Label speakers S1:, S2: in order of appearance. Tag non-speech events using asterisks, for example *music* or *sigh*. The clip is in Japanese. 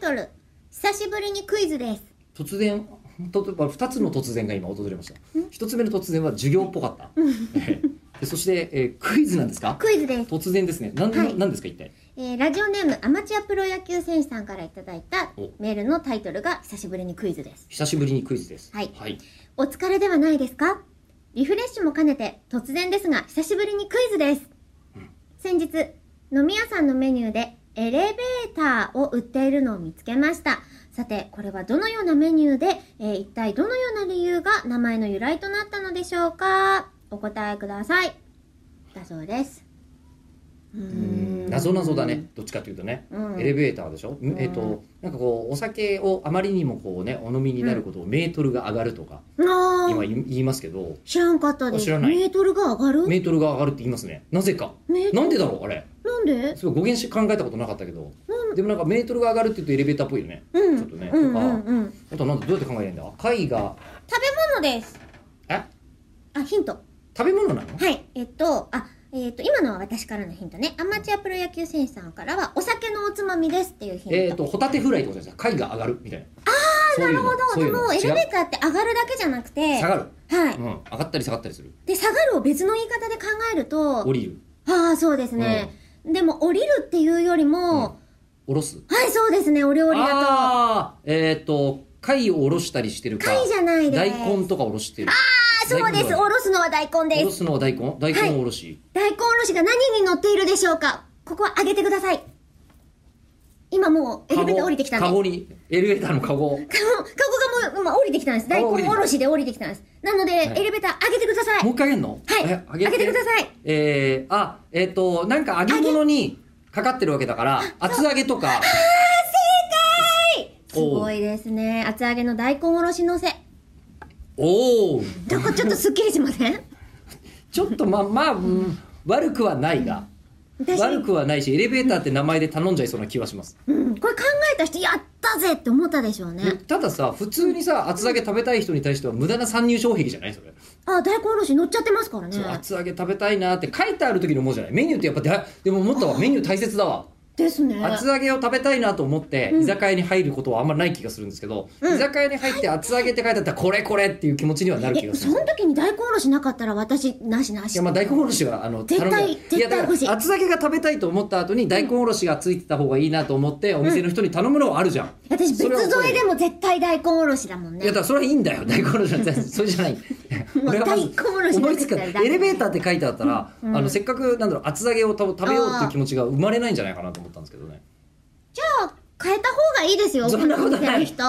S1: トル久しぶりにクイズです
S2: 突然と2つの突然が今訪れました1つ目の突然は授業っぽかった、 *laughs* ええそして、えークイズなんですか
S1: クイズです、
S2: 突然ですね何、
S1: は
S2: な
S1: い
S2: なんですか一体
S1: えーラジオネームアマチュアプロ野球選手さんからいただいた
S2: お
S1: メールのタイトルが久しぶりにクイズです
S2: 久しぶりにクイズです
S1: はいお疲れではないですかリフレッシュも兼ねて突然ですが久しぶりにクイズです、先日飲み屋さんのメニューでエレベーターを売っているのを見つけましたさてこれはどのようなメニューで、えー一体どのような理由が名前の由来となったのでしょうかお答えくださいだそうですうーん
S2: なぞなぞだねどっちかというとね、
S1: うん
S2: エレベーターでしょ、
S1: ん
S2: えっ、となんかこうお酒をあまりにもこうねお飲みになることをメートルが上がるとか、
S1: あ
S2: 今
S1: ー
S2: 言い言いますけど
S1: 知らんかったです
S2: 知らない
S1: メートルが上がる
S2: メートルが上がるって言いますねなぜか
S1: メートル
S2: なんでだろうあれ
S1: なんです
S2: ごい語源し考えたことなかったけど、でもなんかメートルが上がるって言うとエレベーターっぽいよね、
S1: うん
S2: ちょっとね、
S1: うん
S2: と
S1: う
S2: か、
S1: んうん
S2: あとなんだどうやって考えないんだ貝が
S1: 食べ物です
S2: え
S1: あヒント
S2: 食べ物なの
S1: はい、えっと、あ、えっと、今のは私からのヒントね。アマチュアプロ野球選手さんからは、お酒のおつまみですっていうヒント。
S2: えっ、とホタテフライってことですね貝が上がるみたいなああ
S1: なるほ
S2: そ
S1: ど。
S2: うい
S1: で
S2: うの
S1: も、エ
S2: 違
S1: レベ
S2: う
S1: ーターって上がるだけじゃなくて、は
S2: 下がる、
S1: い、
S2: うん、上がったり下がったりする
S1: で、下がるを別の言い方で考える
S2: 降
S1: と、
S2: りる
S1: ああ、そうですね。でも、降りるっていうよりも、
S2: 下ろす
S1: はい、そうですね、お料理だと。
S2: ああえっ、と貝をおろしたりしてるか
S1: 貝じゃないです
S2: 大根とかおろしてるあ
S1: あ、そうです。おろすのは大根
S2: お
S1: で
S2: ろ
S1: す。
S2: すのは大根大根をおろし、
S1: 大根おろしが何に乗っているでしょうかここは上げてください。今もう、エレベーター降りてきたんで
S2: カ。ゴにエレベーターのカゴ
S1: カゴカゴがもう、まあ、降りてきたんです。大
S2: あ降
S1: 根
S2: りてき
S1: お
S2: た
S1: ろしで降りてきたんです。なので、
S2: い
S1: エレベーター上げてください。
S2: もう一回あげんの
S1: はい
S2: え
S1: 上げてください
S2: えー、あえっ、となんか揚げ物にかかってるわけだから厚揚げとか
S1: すごいですね。厚揚げの大根おろしのせ。
S2: おお
S1: どこちょっとすっきりしません
S2: *laughs* ちょっとま *laughs* あまあ、うん悪くはないが
S1: 私、
S2: 悪くはないしエレベーターって名前で頼んじゃいそうな気はします、
S1: うん、これ考えた人、やったぜって思ったでしょうね。
S2: たださ普通にさ厚揚げ食べたい人に対しては無駄な参入障壁じゃないそれ
S1: あ、大根おろし乗っちゃってますからね
S2: そう。厚揚げ食べたいなって書いてある時に思うじゃないメニューってやっぱだでも思ったわメニュー大切だわ
S1: ですね。
S2: 厚揚げを食べたいなと思って居酒屋に入ることはあんまない気がするんですけど、居酒屋に入って厚揚げって書いてあったらこれこれっていう気持ちにはなる気
S1: え、
S2: がす
S1: そ
S2: る
S1: の時に大根おろしなかったら私、なしないし。
S2: やまあ大根おろしはあの
S1: 絶対
S2: 頼むよ
S1: 絶対
S2: いやだ
S1: 欲しい
S2: から厚揚げが食べたいと思った後に大根おろしがついてた方がいいなと思ってお店の人に頼むのはあるじゃん、
S1: 私、別
S2: それは
S1: 添えでも絶対大根おろしだもん
S2: い
S1: ね
S2: やだ。からそれはいいんだよ大根おろしは全然 *laughs* それじゃない
S1: *laughs* もう
S2: 俺がまず
S1: 大根おろし
S2: 思いつかな
S1: だ
S2: い
S1: ったら
S2: エレベーターって書いてあったら、あのせっかくなんだろう厚揚げをた食べようっていう気持ちが生まれないんじゃないかなと思ったんですけどね
S1: じゃあ、変えた方がいいですよ、
S2: そんなこと
S1: の
S2: ない
S1: 人。